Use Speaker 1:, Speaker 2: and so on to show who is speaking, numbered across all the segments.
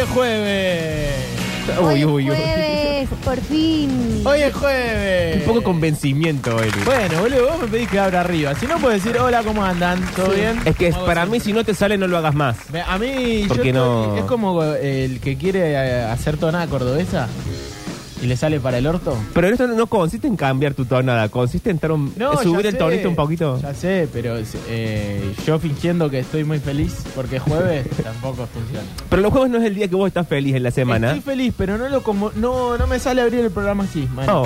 Speaker 1: es jueves.
Speaker 2: Uy,
Speaker 3: Hoy
Speaker 2: uy, uy.
Speaker 3: es jueves, por fin.
Speaker 1: Hoy es jueves.
Speaker 2: Un poco con vencimiento, Eli.
Speaker 1: Bueno, boludo, vos me pedís que abra arriba. Si no, puedes decir, hola, ¿cómo andan? ¿Todo bien?
Speaker 2: Es que es-
Speaker 1: ¿Cómo
Speaker 2: para
Speaker 1: hacen?
Speaker 2: mí, si no te sale, no lo hagas más.
Speaker 1: Ve, A mí yo
Speaker 2: Porque
Speaker 1: estoy-
Speaker 2: no-
Speaker 1: es como eh, el que quiere eh, hacer tonada cordobesa y le sale para el orto.
Speaker 2: Pero esto no consiste en cambiar tu tonada, consiste en, estar un-
Speaker 1: No,
Speaker 2: subir
Speaker 1: ya
Speaker 2: el
Speaker 1: sé,
Speaker 2: tonito un poquito.
Speaker 1: Ya sé, pero eh, yo fingiendo que estoy muy feliz porque es jueves tampoco funciona.
Speaker 2: Pero los juegos no es el día que vos estás feliz en la semana.
Speaker 1: Estoy feliz, pero no lo como no no me sale abrir el programa así, man.
Speaker 2: No.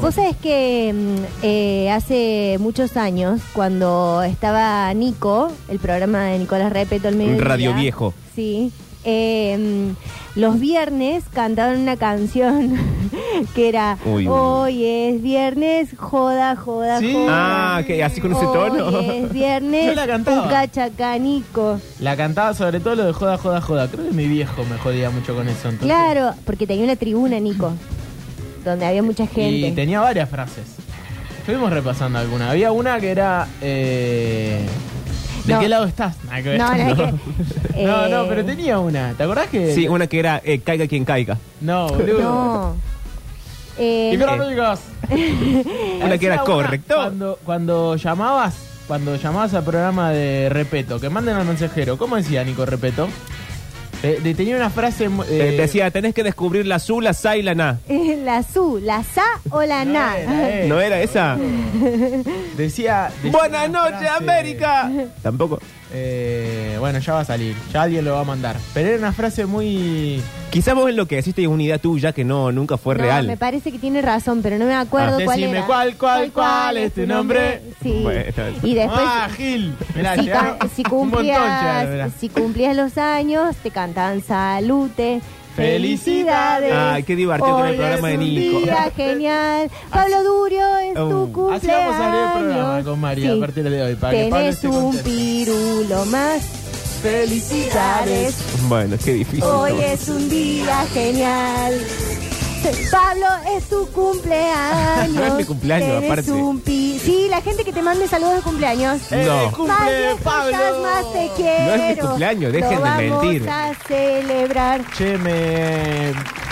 Speaker 3: Vos sabés que mm, eh, hace muchos años, cuando estaba Nico, el programa de Nicolás Repeto, el medio.
Speaker 2: Radio Viejo.
Speaker 3: Sí. eh, mm, los viernes cantaban una canción que era
Speaker 2: Uy, uy, uy.
Speaker 3: Hoy es viernes, joda, joda,
Speaker 1: Sí.
Speaker 3: joda.
Speaker 2: Ah, que así con ese tono.
Speaker 3: Hoy es viernes,
Speaker 1: Yo la cantaba.
Speaker 3: uca, chaca, Nico.
Speaker 1: La cantaba sobre todo lo de joda, joda, joda. Creo que mi viejo me jodía mucho con eso. Entonces.
Speaker 3: Claro, porque tenía una tribuna, Nico, donde había mucha gente.
Speaker 1: Y tenía varias frases. Estuvimos repasando alguna. Había una que era. eh, ¿De
Speaker 3: No.
Speaker 1: qué lado estás? Nada que ver.
Speaker 3: No, no, es que, eh,
Speaker 1: No, no, pero tenía una. ¿Te acordás que.?
Speaker 2: Sí, una que era eh, caiga quien caiga.
Speaker 1: No, boludo.
Speaker 3: No. Eh,
Speaker 1: Y con amigos.
Speaker 2: Una que era
Speaker 1: Hacía
Speaker 2: correcto.
Speaker 1: Cuando, cuando llamabas. Cuando llamabas al programa de Repeto, que manden al mensajero. ¿Cómo decía Nico Repeto? Eh, de- tenía una frase. mu-
Speaker 2: Te-
Speaker 1: eh,
Speaker 2: te decía, tenés que descubrir la azul, la sa y la na.
Speaker 3: eh, la su, la sa o la
Speaker 1: no
Speaker 3: na.
Speaker 1: era, eh.
Speaker 2: ¿No era esa?
Speaker 1: Decía. decía
Speaker 2: Buenas
Speaker 1: una
Speaker 2: noches,
Speaker 1: frase-
Speaker 2: América. Tampoco.
Speaker 1: Eh, bueno, ya va a salir, ya alguien lo va a mandar. Pero era una frase muy.
Speaker 2: Quizás vos en lo que deciste es una idea tuya que no nunca fue
Speaker 3: No,
Speaker 2: real.
Speaker 3: Me parece que tiene razón, pero no me acuerdo
Speaker 1: Ah,
Speaker 3: cuál
Speaker 1: decime
Speaker 3: era.
Speaker 1: cuál, cuál, cuál es tu nombre.
Speaker 3: Sí.
Speaker 2: Bueno.
Speaker 3: Y después,
Speaker 1: ¡Ah, Gil! Mirá,
Speaker 3: si,
Speaker 1: llegaron
Speaker 3: ca- si
Speaker 1: un montón
Speaker 3: cumplías,
Speaker 1: llegaron, mirá.
Speaker 3: si cumplías los años, te cantaban salute.
Speaker 1: Felicidades.
Speaker 3: Felicidades.
Speaker 2: Ay, qué divertido con el
Speaker 3: Hoy
Speaker 2: programa
Speaker 3: es
Speaker 2: de
Speaker 3: un
Speaker 2: Nico.
Speaker 3: día genial. Pablo Durio es
Speaker 2: Uh.
Speaker 3: tu cumpleaños.
Speaker 1: Así vamos a abrir el programa con María
Speaker 3: Sí.
Speaker 1: a partir de hoy. Para que Pablo
Speaker 3: Tenés
Speaker 1: esté
Speaker 3: un
Speaker 1: contento.
Speaker 3: pirulo más. Felicidades.
Speaker 2: Bueno, qué difícil.
Speaker 3: Hoy
Speaker 2: ¿no?
Speaker 3: es un día genial. Pablo, es tu cumpleaños.
Speaker 2: No es mi cumpleaños,
Speaker 3: Tenés
Speaker 2: aparte.
Speaker 3: un pi- Sí, la gente que te mande saludos de cumpleaños.
Speaker 2: Eh, No.
Speaker 1: ¡Eh, cumple,
Speaker 3: Más lejos,
Speaker 1: Pablo!
Speaker 3: estás, más te quiero.
Speaker 2: No es mi cumpleaños, dejen
Speaker 3: Lo
Speaker 2: de mentir.
Speaker 3: Vamos a celebrar.
Speaker 1: Che, me,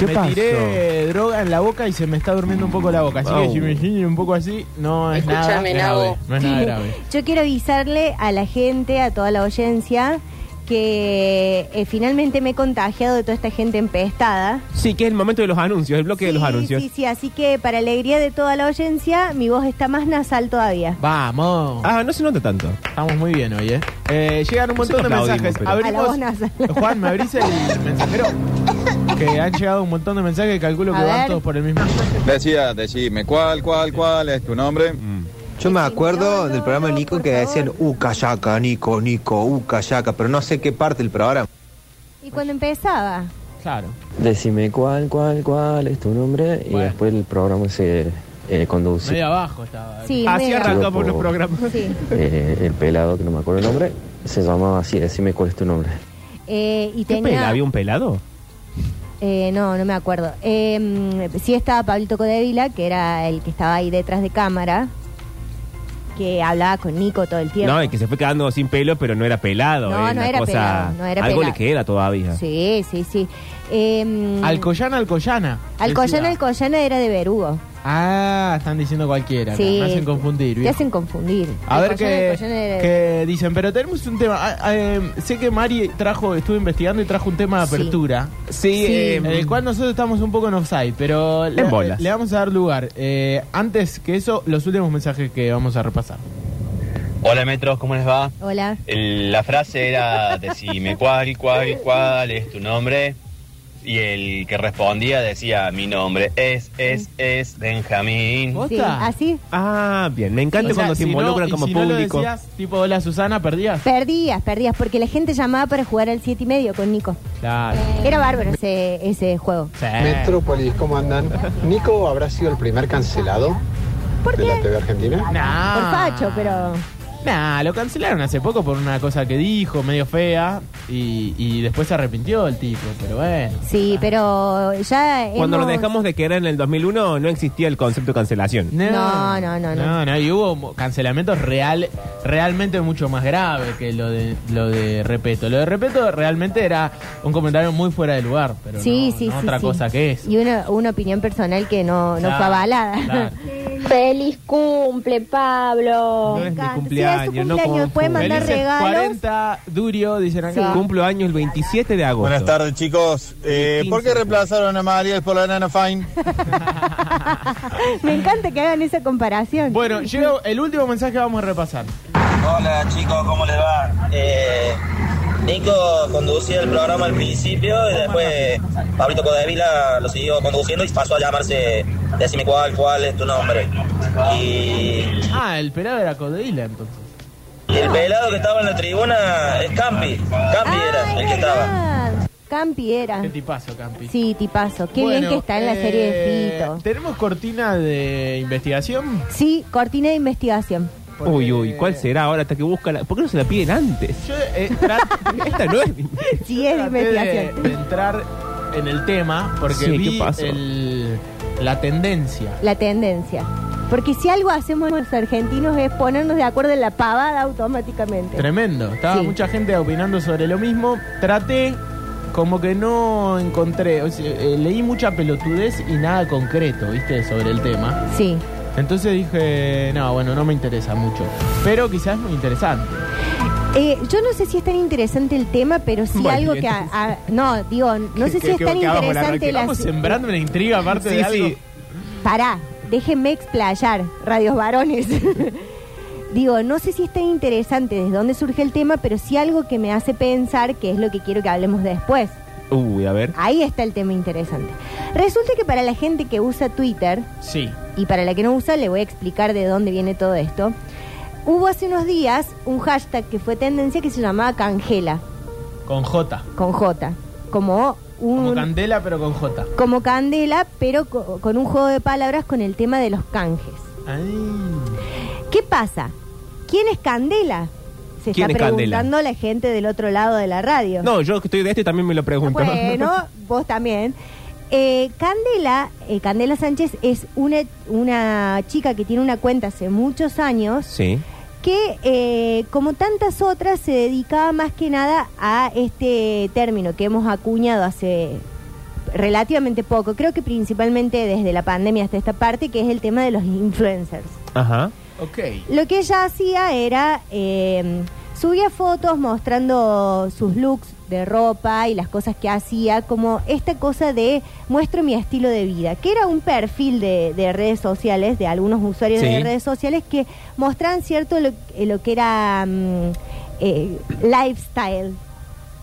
Speaker 2: ¿Qué
Speaker 1: me
Speaker 2: pasó?
Speaker 1: tiré droga en la boca y se me está durmiendo un poco la boca. Así
Speaker 2: Oh.
Speaker 1: que si me giñen un poco así, no es
Speaker 4: Escúchame,
Speaker 1: nada grave.
Speaker 4: Nabo.
Speaker 1: No es nada grave.
Speaker 3: Yo quiero avisarle a la gente, a toda la audiencia, que eh, finalmente me he contagiado de toda esta gente empestada.
Speaker 2: Sí, que es el momento de los anuncios, el bloque de los
Speaker 3: Sí,
Speaker 2: anuncios.
Speaker 3: Sí, sí, así que para alegría de toda la audiencia, mi voz está más nasal todavía.
Speaker 1: Vamos.
Speaker 2: Ah, no se nota tanto.
Speaker 1: Estamos muy bien hoy, ¿eh? Eh, llegan un montón de
Speaker 2: Nosotros
Speaker 1: mensajes. Abrimos.
Speaker 3: aplaudimos, pero- A la voz nasal.
Speaker 1: Juan, ¿me abrís el mensajero? Que han llegado un montón de mensajes que calculo que
Speaker 3: A
Speaker 1: van
Speaker 3: ver.
Speaker 1: todos por el mismo.
Speaker 5: Decía, decime, ¿cuál, cuál, cuál es tu nombre?
Speaker 6: Yo me acuerdo
Speaker 3: no,
Speaker 6: del programa de
Speaker 3: no,
Speaker 6: Nico
Speaker 3: por
Speaker 6: que
Speaker 3: favor.
Speaker 6: decían Uca Yaca, Nico, Nico, Uca Yaca, pero no sé qué parte del programa.
Speaker 3: Y cuando empezaba,
Speaker 1: Claro.
Speaker 7: Decime cuál, cuál, cuál es tu nombre y
Speaker 1: Bueno.
Speaker 7: después el programa se eh, conduce.
Speaker 1: Medio abajo estaba. Ah,
Speaker 3: sí,
Speaker 2: Así
Speaker 3: mega.
Speaker 2: arrancamos
Speaker 7: Por-
Speaker 2: los programas.
Speaker 3: Sí.
Speaker 7: Eh, el pelado, que no me acuerdo el nombre, se llamaba así, decime cuál es tu nombre.
Speaker 3: Eh, y
Speaker 2: ¿Qué pela?
Speaker 3: tenía.
Speaker 2: ¿Había un pelado?
Speaker 3: eh, no, no me acuerdo. Eh, mm, sí estaba Pablito Codevila, que era el que estaba ahí detrás de cámara, que hablaba con Nico todo el tiempo.
Speaker 2: No, el que se fue quedando sin pelo, pero no era pelado.
Speaker 3: No,
Speaker 2: eh,
Speaker 3: no
Speaker 2: una
Speaker 3: era
Speaker 2: cosa-
Speaker 3: pelado, no era
Speaker 2: Algo
Speaker 3: pelado.
Speaker 2: le queda todavía.
Speaker 3: Sí, sí, sí. Eh, mm,
Speaker 1: Alcoyana, Alcoyana.
Speaker 3: Alcoyana,
Speaker 1: Decía.
Speaker 3: Alcoyana era de Berugo.
Speaker 1: Ah, están diciendo cualquiera. acá.
Speaker 3: Sí.
Speaker 1: Me hacen confundir.
Speaker 3: Te
Speaker 1: viejo.
Speaker 3: hacen confundir.
Speaker 1: A ver
Speaker 3: Alcoyana,
Speaker 1: qué,
Speaker 3: Alcoyana era de-
Speaker 1: qué dicen, pero tenemos un tema. Ah, ah, eh, sé que Mari trajo, estuve investigando y trajo un tema de
Speaker 3: Sí.
Speaker 1: apertura.
Speaker 2: Sí, eh,
Speaker 1: en el cual nosotros estamos un poco en offside, pero le,
Speaker 2: bolas.
Speaker 1: le vamos a dar lugar. Eh, antes que eso, los últimos mensajes que vamos a repasar.
Speaker 8: Hola metros, ¿cómo les va?
Speaker 3: Hola.
Speaker 8: El- la frase era decime cuál, cuál, cuál es tu nombre. Y el que respondía decía mi nombre es, es, es Benjamín.
Speaker 1: ¿Vos?
Speaker 3: Sí,
Speaker 1: ¿Posta?
Speaker 3: así.
Speaker 2: Ah, bien. Me encanta
Speaker 1: O sea,
Speaker 2: cuando se
Speaker 1: si
Speaker 2: involucran
Speaker 1: no- y
Speaker 2: como
Speaker 1: si no lo
Speaker 2: público.
Speaker 1: decías, tipo, hola Susana, perdías.
Speaker 3: Perdías, perdías, porque la gente llamaba para jugar al 7 y medio con Nico.
Speaker 1: Claro.
Speaker 3: Era bárbaro ese, ese juego.
Speaker 1: Sí.
Speaker 9: Metrópolis, ¿cómo andan? ¿Nico habrá sido el primer cancelado
Speaker 3: ¿Por
Speaker 9: de la
Speaker 3: qué?
Speaker 9: TV Argentina?
Speaker 2: Ah.
Speaker 1: Nah.
Speaker 3: Por facho, pero.
Speaker 1: Nah, lo cancelaron hace poco por una cosa que dijo, medio fea, y, y después se arrepintió el tipo, pero bueno.
Speaker 3: Sí, pero ya.
Speaker 2: Cuando
Speaker 3: hemos-
Speaker 2: nos dejamos de querer en el 2001 no existía el concepto de cancelación.
Speaker 3: No, no, no, no.
Speaker 1: No, y hubo mo- cancelamientos real, realmente mucho más grave que lo de lo de Repeto. Lo de Repeto realmente era un comentario muy fuera de lugar, pero
Speaker 3: Sí,
Speaker 1: no,
Speaker 3: sí,
Speaker 1: no
Speaker 3: sí.
Speaker 1: otra
Speaker 3: sí.
Speaker 1: cosa que es.
Speaker 3: Y una, una opinión personal que no, no fue avalada.
Speaker 4: Feliz cumple, Pablo.
Speaker 2: No es mi
Speaker 3: encanta.
Speaker 2: cumpleaños,
Speaker 3: Sí, es su
Speaker 2: no
Speaker 3: cumpleaños,
Speaker 2: confundo.
Speaker 3: puede mandar
Speaker 2: Felices
Speaker 3: regalos.
Speaker 1: 40 Durio, dicen acá.
Speaker 2: Cumplo años el 27 de agosto.
Speaker 5: Buenas tardes, chicos. Eh, ¿Por qué reemplazaron a María por la Nana Fine?
Speaker 3: Me encanta que hagan esa comparación.
Speaker 1: Bueno, llega el último mensaje que vamos a repasar.
Speaker 10: Hola chicos, ¿cómo les va? Eh, Nico conducía el programa al principio y después Pablito Codevila lo siguió conduciendo y pasó a llamarse Decime cuál, cuál es tu nombre. Y,
Speaker 1: Ah, el pelado era Codeila entonces.
Speaker 10: y el pelado que estaba en la tribuna es Campi. Campi
Speaker 3: Ah,
Speaker 10: era el
Speaker 3: es
Speaker 10: que estaba.
Speaker 3: verdad. Campi era.
Speaker 1: Qué tipazo, Campi.
Speaker 3: Sí, tipazo. Qué
Speaker 1: Bueno,
Speaker 3: bien que está en la serie
Speaker 1: eh,
Speaker 3: de Fito.
Speaker 1: ¿Tenemos cortina de investigación?
Speaker 3: Sí, cortina de investigación.
Speaker 1: Porque-
Speaker 2: Uy, uy, ¿cuál será ahora hasta que busca la... ¿Por qué no se la piden antes?
Speaker 1: Yo eh, tra-
Speaker 2: Esta no es...
Speaker 3: Sí, es de
Speaker 1: traté de,
Speaker 3: investigación.
Speaker 1: de entrar en el tema porque
Speaker 2: Sí, ¿qué
Speaker 1: vi
Speaker 2: pasó?
Speaker 1: el- la tendencia.
Speaker 3: La tendencia. Porque si algo hacemos los argentinos es ponernos de acuerdo en la pavada automáticamente.
Speaker 1: Tremendo. Estaba
Speaker 3: Sí.
Speaker 1: mucha gente opinando sobre lo mismo. Traté, como que no encontré. o sea, eh, leí mucha pelotudez y nada concreto, ¿viste? Sobre el tema.
Speaker 3: Sí.
Speaker 1: Entonces dije, no, bueno, no me interesa mucho. Pero quizás es muy interesante.
Speaker 3: Eh, yo no sé si es tan interesante el tema, pero sí
Speaker 2: Bueno,
Speaker 3: algo que... a- a- no, digo, no sé
Speaker 2: Que-
Speaker 3: si es
Speaker 2: que-
Speaker 3: tan
Speaker 2: que abajo la
Speaker 3: interesante
Speaker 2: raqueta.
Speaker 3: la...
Speaker 1: Estamos sembrando una intriga aparte
Speaker 2: Sí,
Speaker 1: de algo.
Speaker 2: sí.
Speaker 3: Pará, déjenme explayar, radios varones. Digo, no sé si es tan interesante desde dónde surge el tema, pero sí algo que me hace pensar que es lo que quiero que hablemos después.
Speaker 2: Uy, a ver.
Speaker 3: Ahí está el tema interesante. Resulta que para la gente que usa Twitter
Speaker 1: Sí.
Speaker 3: y para la que no usa, le voy a explicar de dónde viene todo esto. Hubo hace unos días un hashtag que fue tendencia que se llamaba Cangela,
Speaker 1: Con J.
Speaker 3: con J, como un...
Speaker 1: Como candela, pero con J.
Speaker 3: como candela, pero co- con un juego de palabras con el tema de los canjes.
Speaker 1: Ay.
Speaker 3: ¿Qué pasa? ¿Quién es Candela? Se está
Speaker 2: ¿Quién es
Speaker 3: preguntando
Speaker 2: Candela?
Speaker 3: la gente del otro lado de la radio. Ah,
Speaker 2: No, yo que estoy de este también me lo pregunto.
Speaker 3: Bueno, vos también. Eh, Candela, eh, Candela Sánchez es una, una chica que tiene una cuenta hace muchos años
Speaker 2: Sí.
Speaker 3: que, eh, como tantas otras, se dedicaba más que nada a este término que hemos acuñado hace relativamente poco, creo que principalmente desde la pandemia hasta esta parte, que es el tema de los influencers.
Speaker 2: Ajá.
Speaker 1: Ok.
Speaker 3: Lo que ella hacía era eh, subía fotos mostrando sus looks de ropa y las cosas que hacía, como esta cosa de muestro mi estilo de vida, que era un perfil de, de redes sociales, de algunos usuarios
Speaker 2: Sí.
Speaker 3: de redes sociales que mostraban cierto lo, eh, lo que era mm, eh, lifestyle.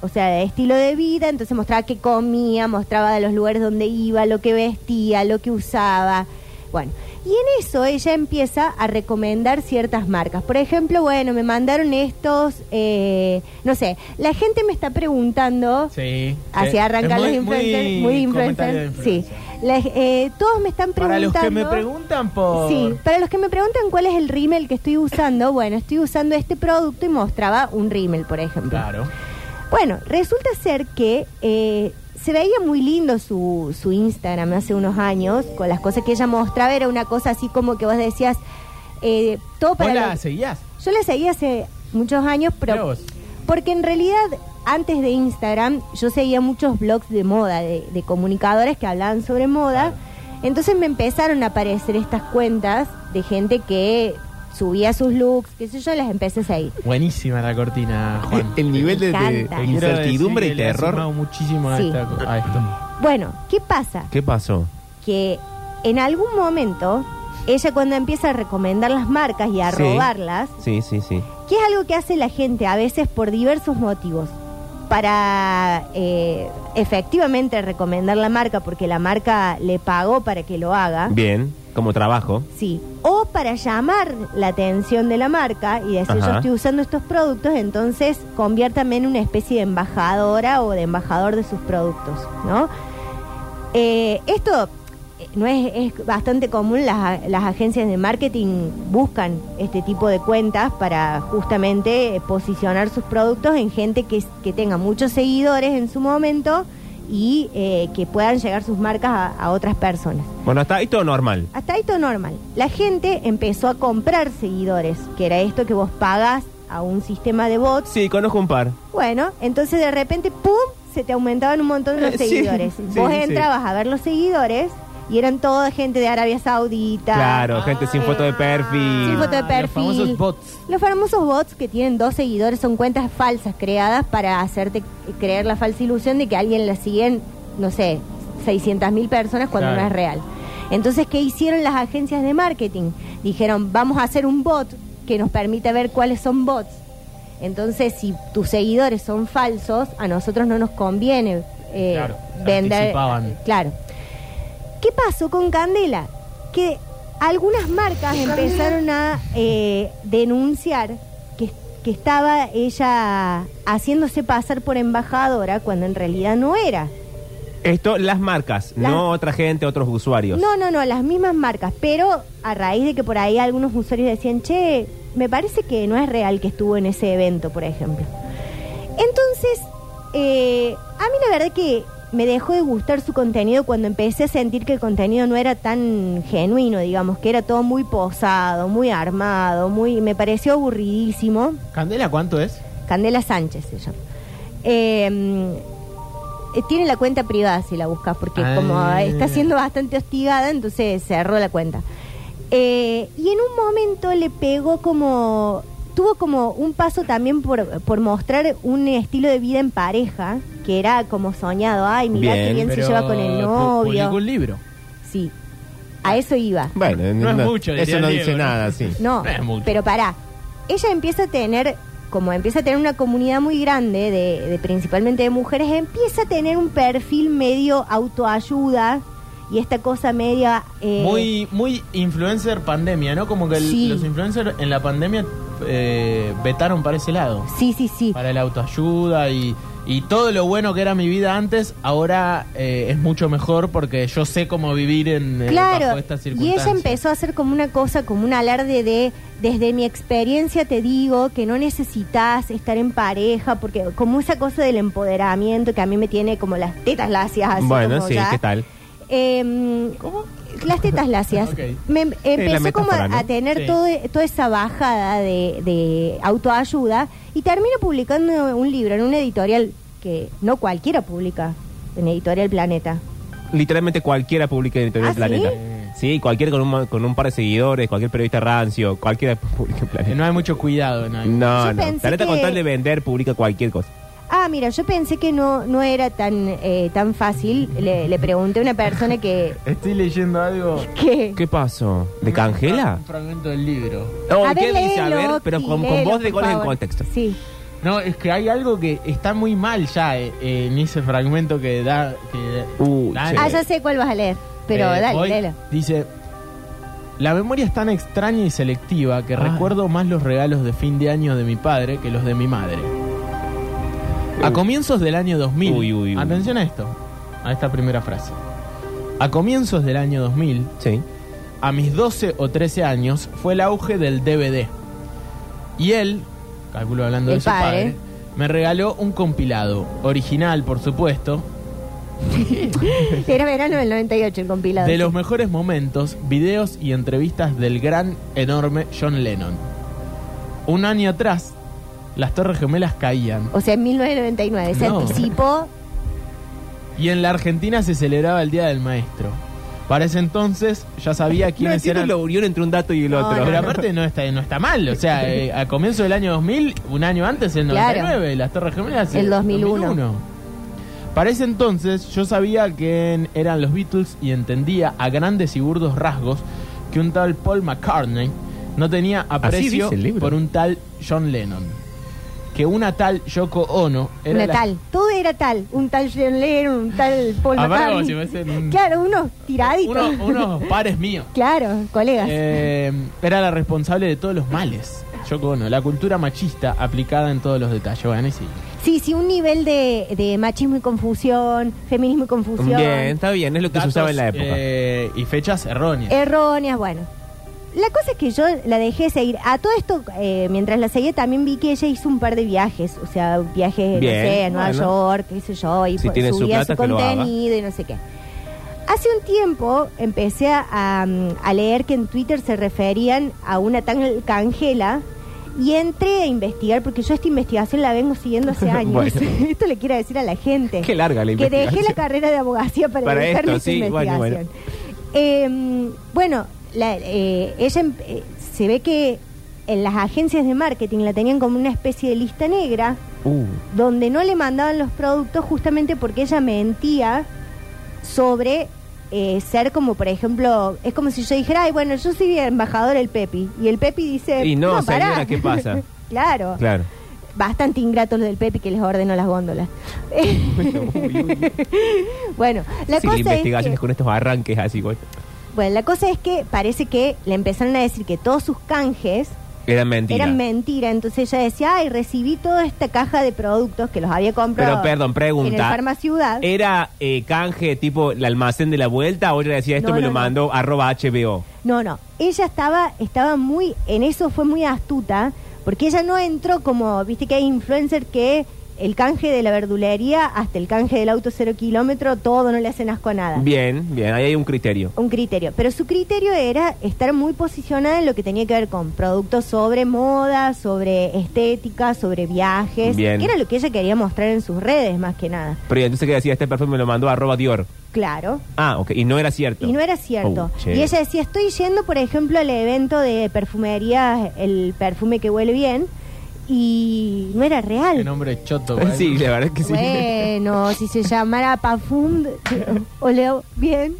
Speaker 3: O sea, estilo de vida, entonces mostraba qué comía, mostraba de los lugares donde iba, lo que vestía, lo que usaba. Bueno, y en eso ella empieza a recomendar ciertas marcas. Por ejemplo, bueno, me mandaron estos, eh, no sé, la gente me está preguntando,
Speaker 1: Sí.
Speaker 3: así
Speaker 1: Eh,
Speaker 3: arrancan
Speaker 1: es
Speaker 3: los
Speaker 1: muy-
Speaker 3: influencers, muy,
Speaker 1: comentario de
Speaker 3: influencers, sí.
Speaker 1: influencer.
Speaker 3: La- eh, todos me están
Speaker 1: Para
Speaker 3: preguntando...
Speaker 1: los que me preguntan por.
Speaker 3: Sí, para los que me preguntan cuál es el rímel que estoy usando, bueno, estoy usando este producto y mostraba un rímel, por ejemplo.
Speaker 1: Claro.
Speaker 3: Bueno, resulta ser que eh, se veía muy lindo su, su Instagram hace unos años, con las cosas que ella mostraba, era una cosa así como que vos decías, eh, todo
Speaker 1: ¿Vos
Speaker 3: para...
Speaker 1: la
Speaker 3: lo-
Speaker 1: seguías?
Speaker 3: Yo la seguía hace muchos años,
Speaker 1: Mirá
Speaker 3: pero...
Speaker 1: vos.
Speaker 3: Porque en realidad, antes de Instagram, yo seguía muchos blogs de moda, de, de comunicadores que hablaban sobre moda. Entonces me empezaron a aparecer estas cuentas de gente que subía sus looks, qué sé yo, las empecé a seguir.
Speaker 1: Buenísima la cortina, Juan.
Speaker 2: El nivel de, de-
Speaker 3: Me
Speaker 2: de
Speaker 3: encanta.
Speaker 2: incertidumbre y
Speaker 1: Quiero decir que le ha sumado
Speaker 2: terror.
Speaker 1: muchísimo a,
Speaker 3: Sí.
Speaker 1: esta- a esto.
Speaker 3: Bueno, ¿qué pasa?
Speaker 2: ¿Qué pasó?
Speaker 3: que en algún momento ella cuando empieza a recomendar las marcas y a
Speaker 2: Sí.
Speaker 3: robarlas,
Speaker 2: Sí, sí, sí.
Speaker 3: que es algo que hace la gente a veces por diversos motivos, para eh, efectivamente recomendar la marca porque la marca le pagó para que lo haga,
Speaker 2: Bien, como trabajo.
Speaker 3: sí, o para llamar la atención de la marca y decir yo
Speaker 2: Ajá.
Speaker 3: estoy usando estos productos, entonces conviértame en una especie de embajadora o de embajador de sus productos, ¿no? Eh, esto eh, no es, es bastante común, las, a- las agencias de marketing buscan este tipo de cuentas para justamente eh, posicionar sus productos en gente que, es- que tenga muchos seguidores en su momento y eh, que puedan llegar sus marcas a- a otras personas.
Speaker 2: Bueno, hasta ahí todo normal.
Speaker 3: Hasta ahí todo normal. La gente empezó a comprar seguidores, que era esto que vos pagas a un sistema de bots.
Speaker 2: Sí, conozco un par.
Speaker 3: Bueno, entonces de repente, ¡pum!, se te aumentaban un montón los
Speaker 2: Eh, sí,
Speaker 3: seguidores.
Speaker 2: sí,
Speaker 3: vos
Speaker 2: sí.
Speaker 3: entrabas a ver los seguidores y eran toda gente de Arabia Saudita.
Speaker 2: Claro, gente sin foto de perfil.
Speaker 3: Ah. Sin foto de perfil.
Speaker 1: Ah, Los famosos bots.
Speaker 3: Los famosos bots que tienen dos seguidores son cuentas falsas creadas para hacerte creer la falsa ilusión de que a alguien la siguen, no sé, 600 mil personas cuando
Speaker 1: Claro.
Speaker 3: no es real. Entonces, ¿qué hicieron las agencias de marketing? Dijeron, vamos a hacer un bot que nos permita ver cuáles son bots. Entonces, si tus seguidores son falsos, a nosotros no nos conviene eh,
Speaker 1: Claro,
Speaker 3: vender.
Speaker 1: anticipaban.
Speaker 3: Claro. ¿Qué pasó con Candela? Que algunas marcas empezaron a eh, denunciar que, que estaba ella haciéndose pasar por embajadora cuando en realidad no era.
Speaker 2: Esto, las marcas,
Speaker 3: Las-
Speaker 2: no otra gente, otros usuarios.
Speaker 3: No, no, no, las mismas marcas, pero a raíz de que por ahí algunos usuarios decían, che, me parece que no es real que estuvo en ese evento, por ejemplo. Entonces, eh, a mí la verdad que me dejó de gustar su contenido cuando empecé a sentir que el contenido no era tan genuino, digamos, que era todo muy posado, muy armado, muy, me pareció aburridísimo.
Speaker 1: ¿Candela cuánto es?
Speaker 3: Candela Sánchez se llama. Eh, eh, tiene la cuenta privada si la buscas, porque
Speaker 1: Ah.
Speaker 3: como está siendo bastante hostigada, entonces cerró la cuenta. Eh, y en un momento le pegó como. Tuvo como un paso también por, por mostrar un estilo de vida en pareja, que era como soñado. Ay, mirá que
Speaker 2: Bien,
Speaker 3: bien se
Speaker 1: Pero
Speaker 3: lleva con el
Speaker 1: pu-
Speaker 3: novio.
Speaker 1: Publicó un libro.
Speaker 3: Sí, a eso iba.
Speaker 2: Bueno,
Speaker 1: No es mucho, diría
Speaker 2: Eso no
Speaker 1: Diego,
Speaker 2: dice
Speaker 1: ¿no?
Speaker 2: nada, sí.
Speaker 3: No,
Speaker 1: No es mucho.
Speaker 3: pero pará. Ella empieza a tener, como empieza a tener una comunidad muy grande, de, de principalmente de mujeres, empieza a tener un perfil medio autoayuda y esta cosa media... eh,
Speaker 1: Muy, muy influencer pandemia, ¿no? Como que el-
Speaker 3: Sí.
Speaker 1: los influencers en la pandemia eh, vetaron para ese lado.
Speaker 3: Sí, sí, sí.
Speaker 1: Para la autoayuda y, y todo lo bueno que era mi vida antes, ahora eh, es mucho mejor porque yo sé cómo vivir en eh, bajo
Speaker 3: Claro,
Speaker 1: estas
Speaker 3: y
Speaker 1: circunstancias.
Speaker 3: ella empezó a hacer como una cosa, como un alarde de, desde mi experiencia te digo que no necesitas estar en pareja, porque como esa cosa del empoderamiento que a mí me tiene como las tetas lacias. Así
Speaker 2: bueno,
Speaker 3: como
Speaker 2: sí,
Speaker 3: ya.
Speaker 2: ¿qué tal?
Speaker 3: Em, Las tetas lacias.
Speaker 1: Ok.
Speaker 3: Me em- empezó como
Speaker 2: metáfora, ¿no?
Speaker 3: a tener
Speaker 1: Sí.
Speaker 3: todo, e, toda esa bajada de, de autoayuda y termina publicando un libro en una editorial que no cualquiera publica, en Editorial Planeta.
Speaker 2: Literalmente cualquiera publica en
Speaker 3: ¿Ah,
Speaker 2: Editorial
Speaker 3: sí?
Speaker 2: Planeta. Sí, cualquier con un, ma- con un par de seguidores, cualquier periodista rancio, cualquiera publica en
Speaker 1: Eh,
Speaker 2: Planeta.
Speaker 1: No hay mucho cuidado en ahí.
Speaker 2: No,
Speaker 3: Yo
Speaker 2: no.
Speaker 3: pensé
Speaker 2: Planeta
Speaker 3: que-
Speaker 2: con tal de vender publica cualquier cosa.
Speaker 3: Ah, mira, yo pensé que no, no era tan, eh, tan fácil. Le, le pregunté a una persona que...
Speaker 1: Estoy leyendo algo.
Speaker 3: que
Speaker 2: ¿Qué pasó? ¿De Cangela?
Speaker 1: Un fragmento del libro.
Speaker 2: Oh,
Speaker 3: A
Speaker 2: ¿Qué
Speaker 3: ver,
Speaker 2: dice? A
Speaker 3: léelo,
Speaker 2: ver, pero
Speaker 3: Oki,
Speaker 2: con, con
Speaker 3: léelo,
Speaker 2: voz de
Speaker 3: por
Speaker 2: goles en
Speaker 3: favor.
Speaker 2: contexto.
Speaker 3: Sí.
Speaker 1: No, es que hay algo que está muy mal ya eh, eh, en ese fragmento que da. Que,
Speaker 2: Uy,
Speaker 1: da-
Speaker 2: che.
Speaker 3: Ah, ya sé cuál vas a leer, pero
Speaker 1: Eh,
Speaker 3: dale,
Speaker 1: voy.
Speaker 3: léelo.
Speaker 1: Dice, la memoria es tan extraña y selectiva que
Speaker 2: Ay.
Speaker 1: recuerdo más los regalos de fin de año de mi padre que los de mi madre. A comienzos del año 2000,
Speaker 2: Uy, uy, uy.
Speaker 1: atención a esto, a esta primera frase. A comienzos del año 2000,
Speaker 2: Sí.
Speaker 1: a mis 12 o 13 años, fue el auge del DVD. Y él, calculo hablando
Speaker 3: El
Speaker 1: de su padre,
Speaker 3: padre.
Speaker 1: me regaló un compilado, original por supuesto,
Speaker 3: Era verano del 98 el compilado.
Speaker 1: De los mejores momentos, videos y entrevistas del gran, enorme John Lennon. Un año atrás, las Torres Gemelas caían
Speaker 3: O sea, en 1999. Se
Speaker 1: No.
Speaker 3: anticipó
Speaker 1: y en la Argentina se celebraba el Día del Maestro. Para ese entonces ya sabía
Speaker 2: No
Speaker 1: quiénes
Speaker 2: entiendo
Speaker 1: eran.
Speaker 2: la unión entre un dato y el
Speaker 3: No,
Speaker 2: otro.
Speaker 3: no,
Speaker 1: Pero aparte no está, no está mal, o sea, eh, a comienzo del año 2000, un año antes, en
Speaker 3: Claro.
Speaker 1: 99, las Torres Gemelas.
Speaker 3: El
Speaker 1: eh,
Speaker 3: 2001.
Speaker 1: Para ese entonces yo sabía quién eran los Beatles y entendía a grandes y burdos rasgos que un tal Paul McCartney no tenía aprecio
Speaker 2: dice el libro.
Speaker 1: por un tal John Lennon. Que una tal Yoko Ono era
Speaker 3: una
Speaker 1: la-
Speaker 3: tal. Todo era tal. Un tal John Lennon, un tal Paul
Speaker 1: Aparte, como
Speaker 3: McCartney.
Speaker 1: Ah, si fuesen un-
Speaker 3: Claro, unos tiraditos.
Speaker 1: uno- unos pares míos.
Speaker 3: Claro, colegas.
Speaker 1: Eh, era la responsable de todos los males. Yoko Ono, la cultura machista aplicada en todos los detalles. Bueno, y sí.
Speaker 3: sí, Sí, sí, un nivel de, de machismo y confusión, feminismo y confusión.
Speaker 2: Bien, está bien, es lo que se
Speaker 1: Datos,
Speaker 2: usaba en la época.
Speaker 1: eh, y fechas erróneas.
Speaker 3: Eh, Erróneas, bueno. La cosa es que yo la dejé seguir. A todo esto, eh, mientras la seguía, también vi que ella hizo un par de viajes. O sea, viajes,
Speaker 2: Bien,
Speaker 3: no sé, a Nueva
Speaker 2: bueno.
Speaker 3: York, qué sé yo. Y
Speaker 2: Si
Speaker 3: po-
Speaker 2: tiene su
Speaker 3: subía
Speaker 2: plata, que lo haga.
Speaker 3: contenido y no sé qué. Hace un tiempo empecé a, um, a leer que en Twitter se referían a una tal Cangela y entré a investigar, porque yo esta investigación la vengo siguiendo hace años.
Speaker 2: Bueno.
Speaker 3: Esto le quiero decir a la gente.
Speaker 2: Qué larga la
Speaker 3: Que dejé la
Speaker 2: investigación.
Speaker 3: carrera de abogacía para,
Speaker 2: Para
Speaker 3: dedicarme
Speaker 2: esto,
Speaker 3: a
Speaker 2: sí,
Speaker 3: esta
Speaker 2: bueno, bueno.
Speaker 3: investigación. Eh, bueno, la- eh, ella em- eh, se ve que en las agencias de marketing la tenían como una especie de lista negra
Speaker 2: Uh,
Speaker 3: donde no le mandaban los productos justamente porque ella mentía sobre eh, ser como, por ejemplo, es como si yo dijera, ay, bueno, yo soy embajador del Pepi. Y el Pepi dice,
Speaker 2: Y no, señora,
Speaker 3: pará".
Speaker 2: ¿qué pasa?
Speaker 3: claro,
Speaker 2: claro.
Speaker 3: bastante ingratos los del Pepi que les ordeno las góndolas. bueno, la
Speaker 2: sí,
Speaker 3: cosa es
Speaker 2: investigaciones
Speaker 3: que-
Speaker 2: con estos arranques así, güey.
Speaker 3: bueno, la cosa es que parece que le empezaron a decir que todos sus canjes
Speaker 2: Eran mentiras.
Speaker 3: eran mentira. Entonces ella decía, ay, recibí toda esta caja de productos que los había comprado
Speaker 2: Pero perdón,
Speaker 3: en el
Speaker 2: pregunta.
Speaker 3: Farma Ciudad.
Speaker 2: ¿Era eh, canje tipo el almacén de la vuelta o ella decía esto
Speaker 3: No,
Speaker 2: me
Speaker 3: no,
Speaker 2: lo
Speaker 3: no.
Speaker 2: mandó arroba HBO?
Speaker 3: No, no. Ella estaba, estaba muy, en eso fue muy astuta, porque ella no entró como, viste que hay influencer que el canje de la verdulería hasta el canje del auto cero kilómetro, todo no le hacen asco a nada.
Speaker 2: Bien, bien, ahí hay un criterio.
Speaker 3: Un criterio. Pero su criterio era estar muy posicionada en lo que tenía que ver con productos sobre moda, sobre estética, sobre viajes.
Speaker 2: Bien.
Speaker 3: que Era lo que ella quería mostrar en sus redes, más que nada.
Speaker 2: Pero ¿y entonces que decía este perfume me lo mandó arroba Dior.
Speaker 3: Claro.
Speaker 2: Ah, ok, y no era cierto.
Speaker 3: Y no era cierto.
Speaker 2: Oh, che.
Speaker 3: y ella decía, estoy yendo, por ejemplo, al evento de perfumería, el perfume que huele bien, y no era
Speaker 1: Qué
Speaker 3: real.
Speaker 1: nombre choto. güey.
Speaker 2: Sí, la verdad es que sí.
Speaker 3: Bueno, si se llamara Parfum, oleo bien,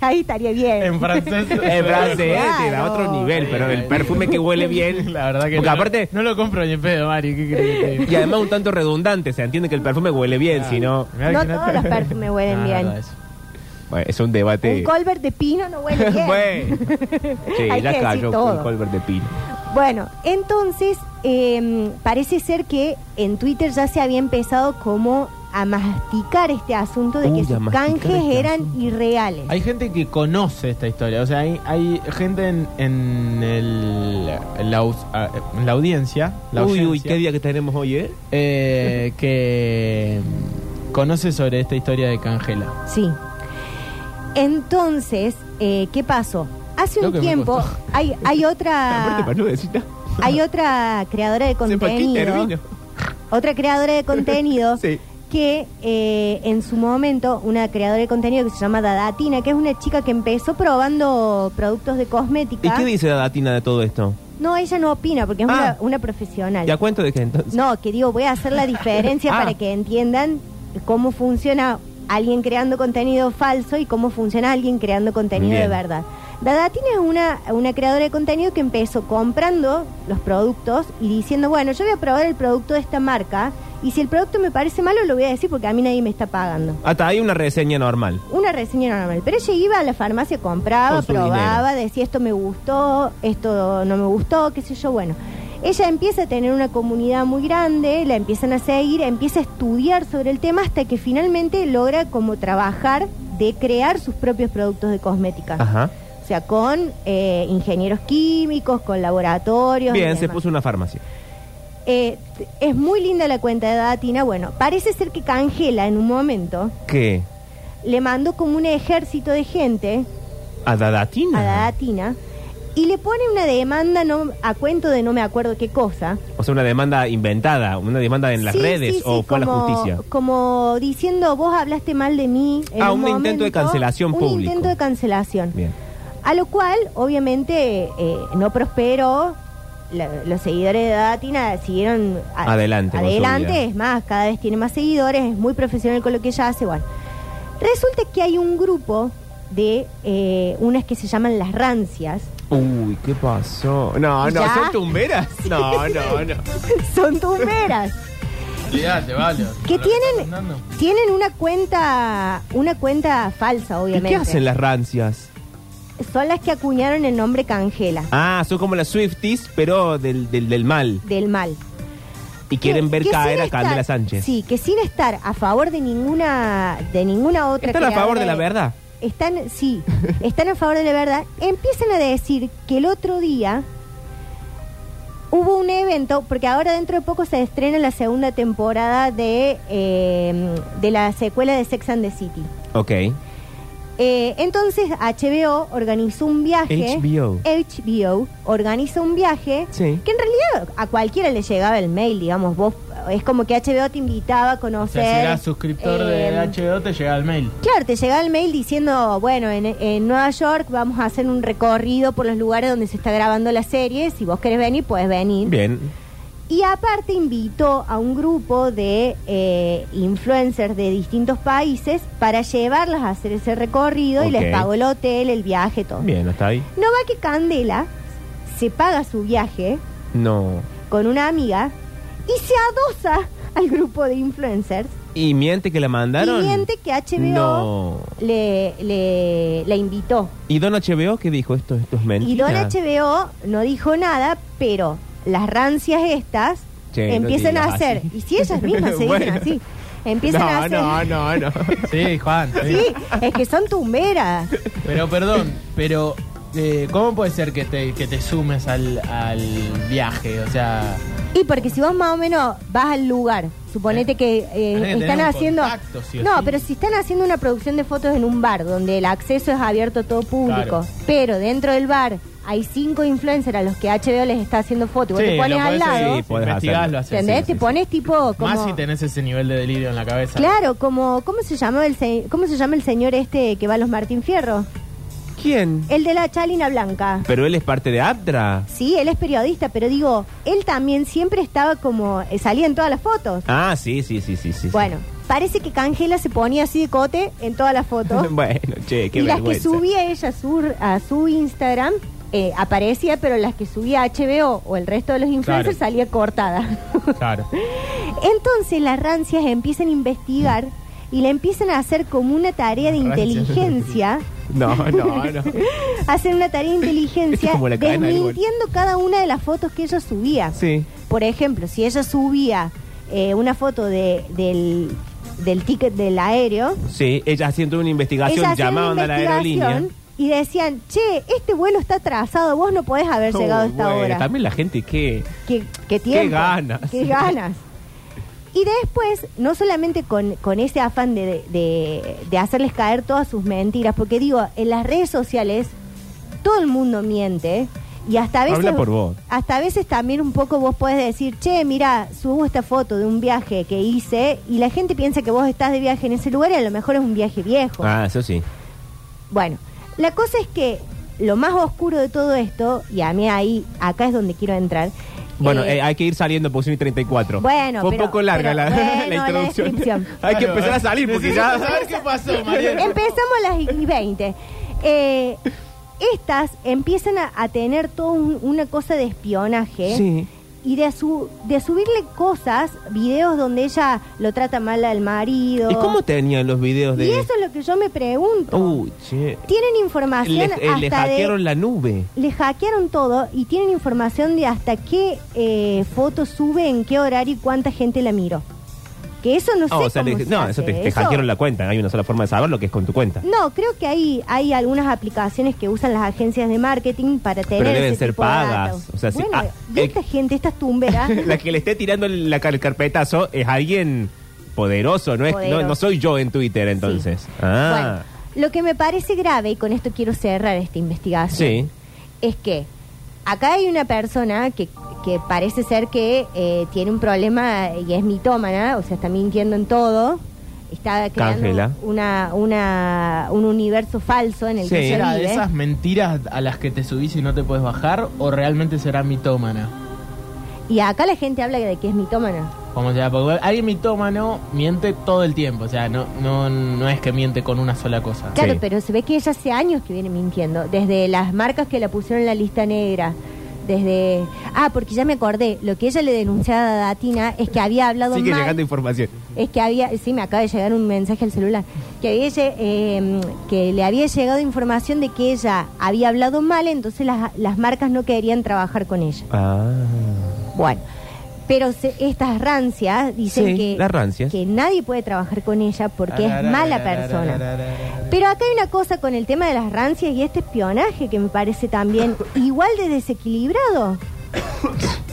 Speaker 3: ahí estaría bien.
Speaker 1: En francés.
Speaker 2: En francés
Speaker 3: Claro.
Speaker 2: te da otro nivel, pero el perfume que huele bien.
Speaker 1: La verdad que
Speaker 2: Porque
Speaker 1: no,
Speaker 2: aparte.
Speaker 1: no lo compro ni en pedo, Mari. ¿Qué crees que te diga?
Speaker 2: Y además un tanto redundante, se entiende que el perfume huele bien, si no.
Speaker 1: Mirá
Speaker 3: No
Speaker 1: que
Speaker 3: todos los perfumes huelen
Speaker 1: No,
Speaker 3: bien.
Speaker 1: no, eso.
Speaker 2: Bueno, es un debate.
Speaker 3: Un Colbert de pino no huele bien.
Speaker 2: Bueno. Sí,
Speaker 3: Hay que
Speaker 2: ya
Speaker 3: decir
Speaker 2: cayó
Speaker 3: todo.
Speaker 2: el Colbert de Pino.
Speaker 3: Bueno, entonces eh, parece ser que en Twitter ya se había empezado como a masticar este asunto de
Speaker 2: Uy,
Speaker 3: que
Speaker 2: a
Speaker 3: sus
Speaker 2: masticar
Speaker 3: canjes
Speaker 2: este
Speaker 3: eran
Speaker 2: asunto.
Speaker 3: irreales.
Speaker 1: Hay gente que conoce esta historia, o sea, hay, hay gente en, en el, en la, aus- ah, en la audiencia, la
Speaker 2: Uy, uy,
Speaker 1: audiencia,
Speaker 2: qué día que tenemos hoy, ¿eh?
Speaker 1: eh, que mm, conoce sobre esta historia de Cangela.
Speaker 3: Sí. Entonces, eh, ¿qué pasó? Hace
Speaker 1: Creo
Speaker 3: un
Speaker 1: que me
Speaker 3: tiempo
Speaker 1: costó.
Speaker 3: hay, hay
Speaker 2: Aparte,
Speaker 3: otra
Speaker 2: panudecita.
Speaker 3: hay otra creadora de
Speaker 2: Sepa quién
Speaker 3: contenido,
Speaker 2: termino.
Speaker 3: otra creadora de contenido
Speaker 2: Sí.
Speaker 3: que eh, en su momento una creadora de contenido que se llama Dadatina, que es una chica que empezó probando productos de
Speaker 2: ¿Y
Speaker 3: cosmética.
Speaker 2: qué dice la datina de todo esto?
Speaker 3: No, ella no opina porque es
Speaker 2: Ah.
Speaker 3: una, una profesional.
Speaker 2: ¿Ya cuento de qué entonces?
Speaker 3: No, que digo, voy a hacer la diferencia
Speaker 2: Ah.
Speaker 3: para que entiendan cómo funciona alguien creando contenido falso y cómo funciona alguien creando contenido de
Speaker 2: Bien.
Speaker 3: verdad. Dadatina es una, una creadora de contenido que empezó comprando los productos y diciendo, bueno, yo voy a probar el producto de esta marca y si el producto me parece malo lo voy a decir porque a mí nadie me está pagando.
Speaker 2: Hasta hay una reseña normal.
Speaker 3: Una reseña normal, pero ella iba a la farmacia, compraba,
Speaker 2: Con su
Speaker 3: probaba, decía esto me gustó, esto no me gustó, qué sé yo, bueno. Ella empieza a tener una comunidad muy grande, la empiezan a seguir, empieza a estudiar sobre el tema hasta que finalmente logra como trabajar de crear sus propios productos de cosmética.
Speaker 2: Ajá.
Speaker 3: O sea, con eh, ingenieros químicos, con laboratorios. y
Speaker 2: Bien, se
Speaker 3: demás.
Speaker 2: puso una farmacia.
Speaker 3: Eh, t- es muy linda la cuenta de Datina. Bueno, parece ser que Cangela en un momento
Speaker 2: ¿Qué?
Speaker 3: le mandó como un ejército de gente
Speaker 2: ¿A Dadatina?
Speaker 3: a Dadatina y le pone una demanda no a cuento de no me acuerdo qué cosa.
Speaker 2: O sea, una demanda inventada, una demanda en las
Speaker 3: Sí,
Speaker 2: redes
Speaker 3: sí, sí,
Speaker 2: o fue a la
Speaker 3: como-
Speaker 2: justicia.
Speaker 3: Como diciendo, vos hablaste mal de mí. en
Speaker 2: Ah, un intento de
Speaker 3: momento,
Speaker 2: cancelación
Speaker 3: un
Speaker 2: público.
Speaker 3: intento de cancelación.
Speaker 2: Bien.
Speaker 3: A lo cual, obviamente, eh, no prosperó. La- los seguidores de Dadatina siguieron a-
Speaker 2: Adelante con su vida.
Speaker 3: Adelante, es más, cada vez tiene más seguidores, es muy profesional con lo que ella hace. Bueno, resulta que hay un grupo de eh, unas que se llaman las rancias.
Speaker 2: Uy, ¿qué pasó? No, no,
Speaker 3: ¿Ya?
Speaker 2: ¿son tumberas? No, no, no.
Speaker 3: Son tumberas.
Speaker 1: Olvídate, vale.
Speaker 3: que
Speaker 1: Lo que
Speaker 3: tienen
Speaker 1: está contando.
Speaker 3: tienen una cuenta una cuenta falsa
Speaker 2: ¿Y
Speaker 3: obviamente
Speaker 2: qué hacen las rancias?
Speaker 3: son las que acuñaron el nombre Cangela
Speaker 2: Ah, son como las Swifties, pero del, del, del mal.
Speaker 3: del mal
Speaker 2: Y quieren ver
Speaker 3: que
Speaker 2: caer
Speaker 3: sin
Speaker 2: a
Speaker 3: estar-
Speaker 2: Candela Sánchez.
Speaker 3: Sí, que sin estar a favor de ninguna de ninguna otra
Speaker 2: ¿Están a
Speaker 3: creadora
Speaker 2: favor de la verdad?
Speaker 3: Están, sí, están a favor de la verdad. Empiezan a decir que el otro día hubo un evento, porque ahora dentro de poco se estrena la segunda temporada de, eh, de la secuela de Sex and the City.
Speaker 2: Ok.
Speaker 3: Eh, entonces HBO organizó un viaje.
Speaker 2: HBO.
Speaker 3: HBO organiza un viaje
Speaker 2: Sí.
Speaker 3: que en realidad a cualquiera le llegaba el mail, digamos. Vos es como que HBO te invitaba a
Speaker 1: O sea, si
Speaker 3: conocer.
Speaker 1: eras suscriptor
Speaker 3: eh,
Speaker 1: de HBO, te llega el mail.
Speaker 3: Claro, te llegaba el mail diciendo, bueno, en, en Nueva York vamos a hacer un recorrido por los lugares donde se está grabando la serie. Si vos querés venir, puedes venir.
Speaker 2: Bien.
Speaker 3: Y aparte invitó a un grupo de eh, influencers de distintos países para llevarlas a hacer ese recorrido y
Speaker 2: Ok.
Speaker 3: les pagó el hotel, el viaje, todo.
Speaker 2: Bien, ¿está ahí?
Speaker 3: No va que Candela se paga su viaje
Speaker 2: No.
Speaker 3: con una amiga y se adosa al grupo de influencers
Speaker 2: ¿Y miente que la mandaron?
Speaker 3: y miente que HBO
Speaker 2: No.
Speaker 3: le, le- la invitó.
Speaker 2: ¿Y Don HBO qué dijo? Esto, esto es mentira.
Speaker 3: Y Don HBO no dijo nada, pero las rancias estas
Speaker 2: Che, no
Speaker 3: empiezan a
Speaker 2: digas
Speaker 3: hacer.
Speaker 2: así.
Speaker 3: Y si ellas mismas se
Speaker 2: Bueno.
Speaker 3: dicen así, empiezan a hacer.
Speaker 2: No, no, no, no.
Speaker 1: Sí, Juan. sí.
Speaker 3: Sí, es que son tumberas.
Speaker 1: Pero perdón, pero eh, ¿cómo puede ser que te, que te sumes al, al viaje? O sea,
Speaker 3: Y porque si vos más o menos vas al lugar, suponete que eh,
Speaker 1: Tenés que
Speaker 3: están
Speaker 1: tener un
Speaker 3: haciendo...
Speaker 1: contacto, sí o
Speaker 3: no,
Speaker 1: sí.
Speaker 3: pero si están haciendo una producción de fotos en un bar, donde el acceso es abierto a todo público,
Speaker 1: Claro.
Speaker 3: pero dentro del bar hay cinco influencers a los que HBO les está haciendo fotos, y vos
Speaker 1: sí,
Speaker 3: te pones
Speaker 1: lo podés
Speaker 3: al lado,
Speaker 1: seguir,
Speaker 2: Sí, podés
Speaker 1: investigás,
Speaker 2: hacerlo.
Speaker 1: lo haces,
Speaker 3: ¿entendés?
Speaker 1: sí,
Speaker 3: te
Speaker 1: sí,
Speaker 3: pones tipo
Speaker 1: sí. Más
Speaker 3: como...
Speaker 1: si tenés ese nivel de delirio en la cabeza.
Speaker 3: Claro, como ¿cómo se llama el se- cómo se llama el señor este que va a los Martín Fierro?
Speaker 2: ¿Quién?
Speaker 3: El de la Chalina Blanca.
Speaker 2: Pero él es parte de Aptra.
Speaker 3: Sí, él es periodista, pero digo, él también siempre estaba como eh, salía en todas las fotos.
Speaker 2: Ah, sí, sí, sí, sí, sí. sí.
Speaker 3: Bueno, parece que Cangela se ponía así de cote en todas las fotos.
Speaker 2: bueno, che, qué
Speaker 3: y las que
Speaker 2: vergüenza.
Speaker 3: subía ella a su, a su Instagram eh, aparecía, pero las que subía HBO o el resto de los influencers
Speaker 1: Claro.
Speaker 3: salía cortada.
Speaker 1: Claro.
Speaker 3: Entonces las rancias empiezan a investigar y le empiezan a hacer como una tarea de
Speaker 1: Las rancias.
Speaker 3: inteligencia.
Speaker 2: No, no, no.
Speaker 3: Hacen una tarea de inteligencia
Speaker 2: Es como la cadena del gol.
Speaker 3: desmintiendo cada una de las fotos que ella subía.
Speaker 2: Sí.
Speaker 3: Por ejemplo, si ella subía eh, una foto de, del, del ticket del aéreo,
Speaker 2: Sí, ella haciendo una investigación,
Speaker 3: ella hacía una
Speaker 2: llamaban a la aerolínea.
Speaker 3: investigación y decían, che, este vuelo está atrasado, vos no podés haber llegado a
Speaker 2: Oh,
Speaker 3: esta
Speaker 2: bueno,
Speaker 3: hora.
Speaker 2: También la gente que...
Speaker 3: ¿Qué, qué tiempo?
Speaker 2: ganas.
Speaker 3: ¿Qué ganas? Y después, no solamente con, con ese afán de, de- de hacerles caer todas sus mentiras, porque digo, en las redes sociales todo el mundo miente y hasta a veces...
Speaker 2: Habla por vos.
Speaker 3: Hasta a veces también un poco vos podés decir, che, mira, subo esta foto de un viaje que hice y la gente piensa que vos estás de viaje en ese lugar y a lo mejor es un viaje viejo.
Speaker 2: Ah, eso sí.
Speaker 3: Bueno, la cosa es que lo más oscuro de todo esto, y a mí ahí, acá es donde quiero entrar.
Speaker 2: Bueno,
Speaker 3: eh,
Speaker 2: eh, hay que ir saliendo, posición 34.
Speaker 3: Bueno,
Speaker 2: Fue
Speaker 3: pero-
Speaker 2: un poco larga
Speaker 3: pero
Speaker 2: la,
Speaker 3: bueno,
Speaker 2: la
Speaker 3: la
Speaker 2: introducción.
Speaker 3: descripción.
Speaker 2: hay que
Speaker 1: Claro,
Speaker 2: empezar a salir porque
Speaker 1: necesito
Speaker 2: ya...
Speaker 1: saber qué pasó, Mariana.
Speaker 3: Empezamos a las y 20. Eh, estas empiezan a, a tener toda una cosa de espionaje.
Speaker 2: Sí.
Speaker 3: Y de, su, de subirle cosas, videos donde ella lo trata mal al marido.
Speaker 2: ¿Y cómo tenían los videos de...?
Speaker 3: Y eso es lo que yo me pregunto.
Speaker 2: Uy, che.
Speaker 3: tienen información
Speaker 2: Le, eh,
Speaker 3: hasta
Speaker 2: le
Speaker 3: de-
Speaker 2: hackearon la nube.
Speaker 3: le hackearon todo y tienen información de hasta qué eh, foto sube, en qué horario y cuánta gente la miró. Que eso no sé
Speaker 2: Ah, o sea,
Speaker 3: cómo
Speaker 2: le-
Speaker 3: se
Speaker 2: no,
Speaker 3: hace.
Speaker 2: eso te, te
Speaker 3: Eso-
Speaker 2: hackearon la cuenta. Hay una sola forma de saberlo, que es con tu cuenta.
Speaker 3: No, creo que hay, hay algunas aplicaciones que usan las agencias de marketing para tener.
Speaker 2: deben
Speaker 3: ese
Speaker 2: ser
Speaker 3: tipo de
Speaker 2: pagas.
Speaker 3: datos.
Speaker 2: O sea, sí,
Speaker 3: bueno,
Speaker 2: ah,
Speaker 3: y
Speaker 2: eh,
Speaker 3: esta gente, estas tumberas.
Speaker 2: la que le esté tirando el, la car- el carpetazo es alguien poderoso, no es
Speaker 3: Poderoso.
Speaker 2: No, no soy yo en Twitter entonces.
Speaker 3: Sí.
Speaker 2: Ah,
Speaker 3: Bueno, lo que me parece grave, y con esto quiero cerrar esta investigación,
Speaker 2: Sí.
Speaker 3: es que acá hay una persona que, que parece ser que eh, tiene un problema y es mitómana, o sea, está mintiendo en todo. Está
Speaker 2: Cángela.
Speaker 3: creando una, una, un universo falso en el
Speaker 2: Sí.
Speaker 3: que se
Speaker 1: ¿Era
Speaker 3: vive.
Speaker 1: de esas mentiras a las que te subís y no te puedes bajar o realmente será mitómana?
Speaker 3: Y acá la gente habla de que es mitómana.
Speaker 1: Como sea, porque alguien mitómano miente todo el tiempo, o sea, no, no, no es que miente con una sola cosa.
Speaker 3: Claro,
Speaker 2: Sí.
Speaker 3: pero se ve que ella hace años que viene mintiendo. Desde las marcas que la pusieron en la lista negra. Desde. Ah, porque ya me acordé. Lo que ella le denunciaba a Datina es que había hablado
Speaker 2: sigue
Speaker 3: mal.
Speaker 2: llegando información.
Speaker 3: Es que había. Sí, me acaba de llegar un mensaje al celular. Que, había, lle- eh, que le había llegado información de que ella había hablado mal, entonces las, las marcas no querían trabajar con ella.
Speaker 2: Ah,
Speaker 3: Bueno. Pero se- estas rancias dicen
Speaker 2: Sí,
Speaker 3: que,
Speaker 2: las rancias.
Speaker 3: que nadie puede trabajar con ella porque es mala persona. Pero acá hay una cosa con el tema de las rancias y este espionaje que me parece también igual de desequilibrado.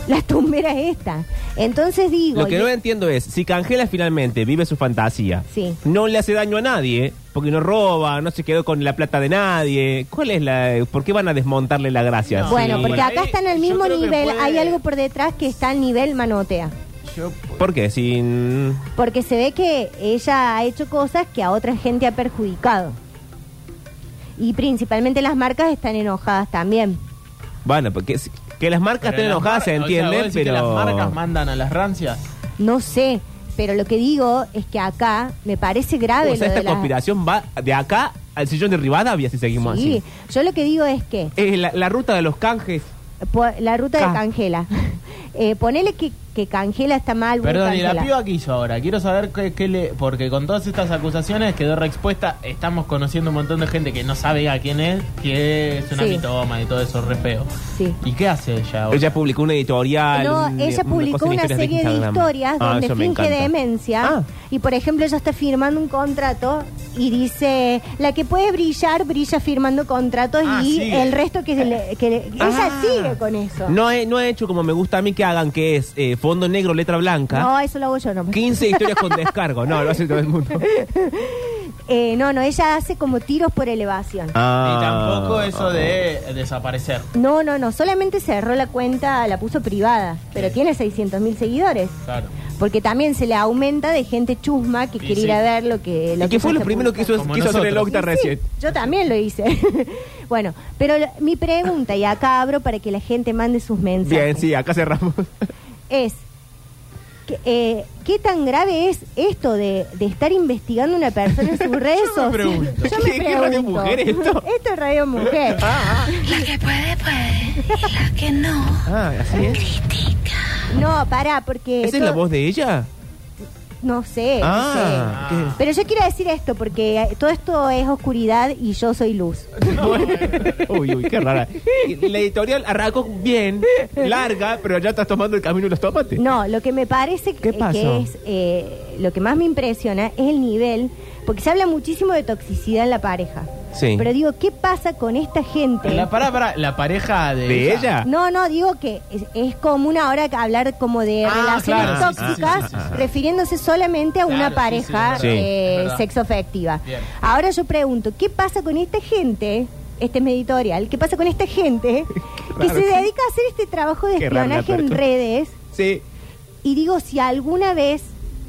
Speaker 3: Las tumberas estas. Entonces digo,
Speaker 2: Lo que
Speaker 3: yo-
Speaker 2: no entiendo es, si Cangela finalmente vive su fantasía,
Speaker 3: Sí.
Speaker 2: no le hace daño a nadie, porque no roba, no se quedó con la plata de nadie, ¿cuál es la... ¿Por qué van a desmontarle la gracia?
Speaker 1: No,
Speaker 3: bueno,
Speaker 1: sí.
Speaker 3: porque
Speaker 1: Por
Speaker 3: acá
Speaker 1: ahí
Speaker 3: está en el
Speaker 1: yo
Speaker 3: mismo
Speaker 1: creo que
Speaker 3: nivel,
Speaker 1: puede-
Speaker 3: hay algo por detrás que está al nivel manotea.
Speaker 1: Yo-
Speaker 2: ¿Por qué? Sin...
Speaker 3: Porque se ve que ella ha hecho cosas que a otra gente ha perjudicado. Y principalmente las marcas están enojadas también.
Speaker 2: Bueno, porque es- que las
Speaker 1: pero
Speaker 2: marcas estén
Speaker 1: las
Speaker 2: enojadas se
Speaker 1: mar- o sea,
Speaker 2: entiende,
Speaker 1: vos decís que
Speaker 2: pero...
Speaker 1: las marcas mandan a las rancias.
Speaker 3: No sé, pero lo que digo es que acá me parece grave
Speaker 2: o sea,
Speaker 3: lo
Speaker 2: esta
Speaker 3: Ah, de las-
Speaker 2: conspiración va de acá al sillón de Rivadavia si seguimos
Speaker 3: Sí, yo lo que digo es que
Speaker 2: así. Es la, la ruta de los canjes.
Speaker 3: po- la ruta
Speaker 2: Ca-
Speaker 3: de Cangela. Eh, ponele que, que Cangela está mal. bueno,
Speaker 1: Perdón, ¿y la
Speaker 3: Cangela.
Speaker 1: piba qué hizo ahora? Quiero saber qué, qué le... Porque con todas estas acusaciones quedó reexpuesta. Estamos conociendo un montón de gente que no sabe a quién es, que es una
Speaker 3: Sí.
Speaker 1: mitoma y todo eso re feo.
Speaker 3: Sí.
Speaker 1: ¿Y qué hace ella ahora?
Speaker 2: Ella publicó una editorial.
Speaker 3: No,
Speaker 2: un-
Speaker 3: ella
Speaker 2: una
Speaker 3: publicó
Speaker 2: cosa en
Speaker 3: una
Speaker 2: historias
Speaker 3: serie de
Speaker 2: Instagram.
Speaker 3: historias
Speaker 2: Ah,
Speaker 3: donde
Speaker 2: eso me
Speaker 3: finge
Speaker 2: encanta.
Speaker 3: demencia.
Speaker 2: Ah.
Speaker 3: Y por ejemplo, ella está firmando un contrato y dice: La que puede brillar, brilla firmando contratos
Speaker 1: Ah,
Speaker 3: y
Speaker 1: sigue.
Speaker 3: el resto que, se le- que le- ella
Speaker 2: Ah.
Speaker 3: sigue con eso.
Speaker 2: No he, no he hecho como me gusta a mí que hagan, que es eh, fondo negro, letra blanca.
Speaker 3: No, eso lo hago yo nomás.
Speaker 2: 15 historias con descargo. No, lo hace todo el mundo.
Speaker 3: Eh, no, no, ella hace como tiros por elevación.
Speaker 2: Ah.
Speaker 1: Y tampoco eso de desaparecer.
Speaker 3: No, no, no, solamente cerró la cuenta, la puso privada, pero
Speaker 1: Sí.
Speaker 3: tiene 600 mil seguidores.
Speaker 1: Claro.
Speaker 3: Porque también se le aumenta de gente chusma que
Speaker 1: Y
Speaker 3: quiere
Speaker 1: sí.
Speaker 3: ir a ver lo que...
Speaker 2: ¿Y qué fue
Speaker 3: ella
Speaker 2: lo primero que
Speaker 3: publica.
Speaker 2: hizo,
Speaker 1: Como
Speaker 2: quiso hacer el
Speaker 1: nosotros.
Speaker 2: Octa
Speaker 3: Sí,
Speaker 2: recién?
Speaker 3: sí, yo también lo hice. bueno, pero lo- mi pregunta, y acá abro para que la gente mande sus mensajes,
Speaker 2: Bien, sí, acá cerramos.
Speaker 3: es, que, eh, ¿qué tan grave es esto de, de estar investigando a una persona en sus redes
Speaker 1: Yo me
Speaker 3: sociales?
Speaker 1: pregunto.
Speaker 3: Yo me
Speaker 2: ¿Qué- qué Radio
Speaker 3: pregunto.
Speaker 2: Mujer es esto? Ah.
Speaker 3: esto es Radio Mujer.
Speaker 11: La que puede, puede. La que no,
Speaker 2: Ah, así es.
Speaker 11: critica.
Speaker 3: No, pará, porque...
Speaker 2: ¿Esa es la
Speaker 3: todo-
Speaker 2: voz de ella?
Speaker 3: No sé, no sé.
Speaker 2: Ah,
Speaker 1: sé.
Speaker 2: ¿qué?
Speaker 3: Pero yo quiero decir esto porque eh, todo esto es oscuridad y yo soy luz. eh.
Speaker 2: uy, uy, qué rara. Y La editorial arrancó bien, larga, pero ya estás tomando el camino de los tomates.
Speaker 3: No, lo que me parece que,
Speaker 2: ¿Qué pasó?
Speaker 3: que es eh, lo que más me impresiona es el nivel, porque se habla muchísimo de toxicidad en la pareja.
Speaker 2: Sí.
Speaker 3: Pero digo, ¿qué pasa con esta gente?
Speaker 1: La, Ah. pará, pará, la pareja de,
Speaker 2: ¿De ella?
Speaker 3: No, no, digo que es, es común ahora hablar como de
Speaker 1: Ah,
Speaker 3: relaciones
Speaker 1: claro, sí, sí,
Speaker 3: tóxicas,
Speaker 1: sí, sí, sí.
Speaker 3: refiriéndose solamente a
Speaker 1: Claro,
Speaker 3: una
Speaker 1: sí,
Speaker 3: pareja
Speaker 1: sí, es verdad,
Speaker 3: eh,
Speaker 1: es verdad.
Speaker 3: sexoafectiva.
Speaker 1: Bien.
Speaker 3: Ahora yo pregunto, ¿qué pasa con esta gente? Este es mi editorial. ¿Qué pasa con esta gente que
Speaker 2: raro
Speaker 3: se
Speaker 2: que-
Speaker 3: dedica a hacer este trabajo de
Speaker 2: Qué raro la
Speaker 3: espionaje en
Speaker 2: apertura.
Speaker 3: redes?
Speaker 2: Sí.
Speaker 3: Y digo, si alguna vez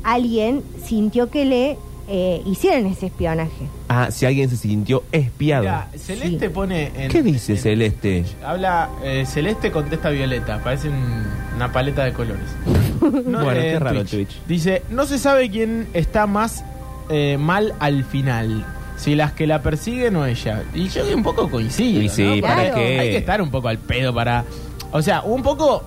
Speaker 3: alguien sintió que le eh, hicieron ese espionaje.
Speaker 2: Ah, si alguien se sintió espiado.
Speaker 1: Mira, Celeste pone en-
Speaker 2: ¿Qué dice
Speaker 1: en-
Speaker 2: Celeste?
Speaker 1: Habla eh, Celeste contesta Violeta, parece un- una paleta de colores.
Speaker 2: Bueno,
Speaker 1: eh,
Speaker 2: qué
Speaker 1: en
Speaker 2: raro Twitch.
Speaker 1: Dice, no se sabe quién está más eh, mal al final. Si las que la persiguen o ella. Y yo un poco coincido.
Speaker 2: Y sí,
Speaker 1: ¿no?
Speaker 3: ¿para
Speaker 1: Porque
Speaker 2: qué?
Speaker 1: Hay que estar un poco al pedo para. O sea, un poco.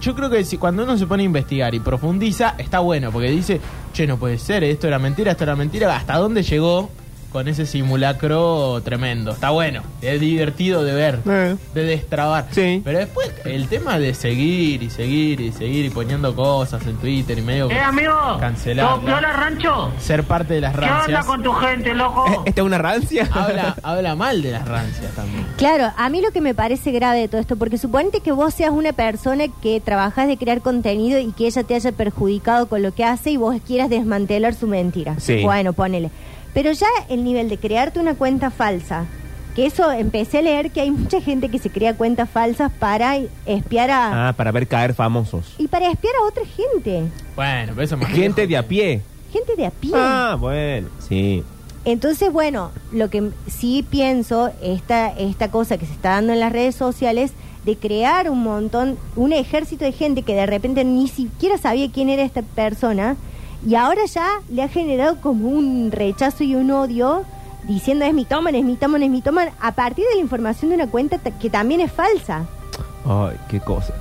Speaker 1: Yo creo que si, cuando uno se pone a investigar y profundiza, está bueno, porque dice, che, no puede ser, esto era mentira, esto era mentira, ¿hasta dónde llegó con ese simulacro tremendo? Está bueno, es divertido de ver
Speaker 2: Eh.
Speaker 1: de destrabar.
Speaker 2: Sí.
Speaker 1: Pero después el tema de seguir y seguir y seguir y poniendo cosas en Twitter y medio
Speaker 12: Eh, amigo.
Speaker 1: Cancelarla.
Speaker 12: No, piola rancho.
Speaker 1: ser parte de las
Speaker 12: ¿Qué onda
Speaker 1: rancias.
Speaker 12: con tu gente,
Speaker 3: Oh.
Speaker 12: loco?
Speaker 2: Eh, ¿Esta es una rancia?
Speaker 1: Habla, habla mal de las rancias también.
Speaker 3: Claro, a mí lo que me parece grave de todo esto, porque suponete que vos seas una persona que trabajas de crear contenido y que ella te haya perjudicado con lo que hace y vos quieras desmantelar su mentira.
Speaker 2: Sí.
Speaker 3: Bueno, ponele. Pero ya el nivel de crearte una cuenta falsa, que eso empecé a leer que hay mucha gente que se crea cuentas falsas para espiar a...
Speaker 2: Ah, para ver caer famosos.
Speaker 3: Y para espiar a otra gente,
Speaker 1: Bueno, pero eso es más
Speaker 2: Gente de
Speaker 1: viejo
Speaker 2: a pie.
Speaker 3: gente de a pie.
Speaker 2: Ah, bueno. Sí.
Speaker 3: Entonces, bueno, lo que m- sí pienso, esta, esta cosa que se está dando en las redes sociales, de crear un montón, un ejército de gente que de repente ni siquiera sabía quién era esta persona, y ahora ya le ha generado como un rechazo y un odio, diciendo es mitoman, es mitoman, es mitoman, a partir de la información de una cuenta ta- que también es falsa.
Speaker 2: Ay, qué cosa.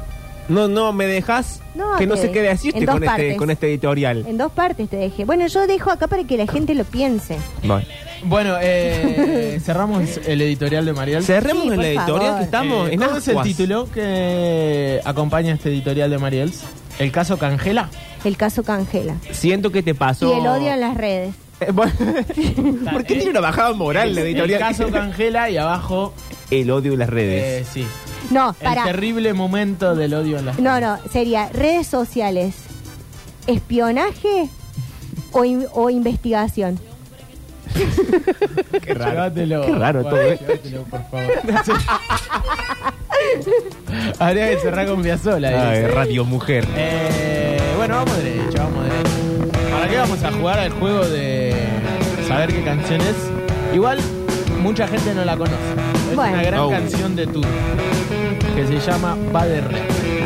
Speaker 2: No, no, me dejas
Speaker 3: No,
Speaker 2: que no
Speaker 3: te
Speaker 2: sé
Speaker 3: de-
Speaker 2: qué
Speaker 3: en
Speaker 2: decirte
Speaker 3: dos
Speaker 2: con este,
Speaker 3: partes.
Speaker 2: con este editorial.
Speaker 3: En dos partes te dejé. Bueno, yo dejo acá para que la gente lo piense.
Speaker 2: Bueno.
Speaker 1: Bueno, eh, cerramos el editorial de Mariel.
Speaker 2: Cerremos
Speaker 3: Sí,
Speaker 2: en
Speaker 3: por
Speaker 2: la editorial
Speaker 3: favor.
Speaker 2: que estamos
Speaker 1: Eh,
Speaker 2: en
Speaker 1: ¿Cuál es el
Speaker 2: ascuas.
Speaker 1: título que acompaña este editorial de Mariel? ¿El caso Cangela?
Speaker 3: El caso Cangela.
Speaker 2: Siento que te pasó.
Speaker 3: Y el odio en las redes.
Speaker 2: Eh, bueno, ¿Por qué tiene una bajada moral la editorial?
Speaker 1: El este caso Cangela y abajo,
Speaker 2: El odio en las redes.
Speaker 1: eh, sí.
Speaker 3: No,
Speaker 1: El
Speaker 3: para.
Speaker 1: terrible momento del odio en las
Speaker 3: No, no, sería redes sociales, espionaje o, in- o investigación.
Speaker 2: Qué raro.
Speaker 1: Llévatelo.
Speaker 2: Qué raro
Speaker 1: Juan,
Speaker 2: todo, ¿eh?
Speaker 1: Llévatelo, por favor. Habría que cerrar con Piazzola.
Speaker 2: Ay,
Speaker 1: dice.
Speaker 2: radio mujer.
Speaker 1: Eh, bueno, vamos derecho, vamos derecho. ¿Para qué vamos a jugar al juego de saber qué canción es? Igual, mucha gente no la conoce. Es
Speaker 3: Bueno.
Speaker 1: una gran
Speaker 2: Oh.
Speaker 1: canción de Tour que se llama Va de Red.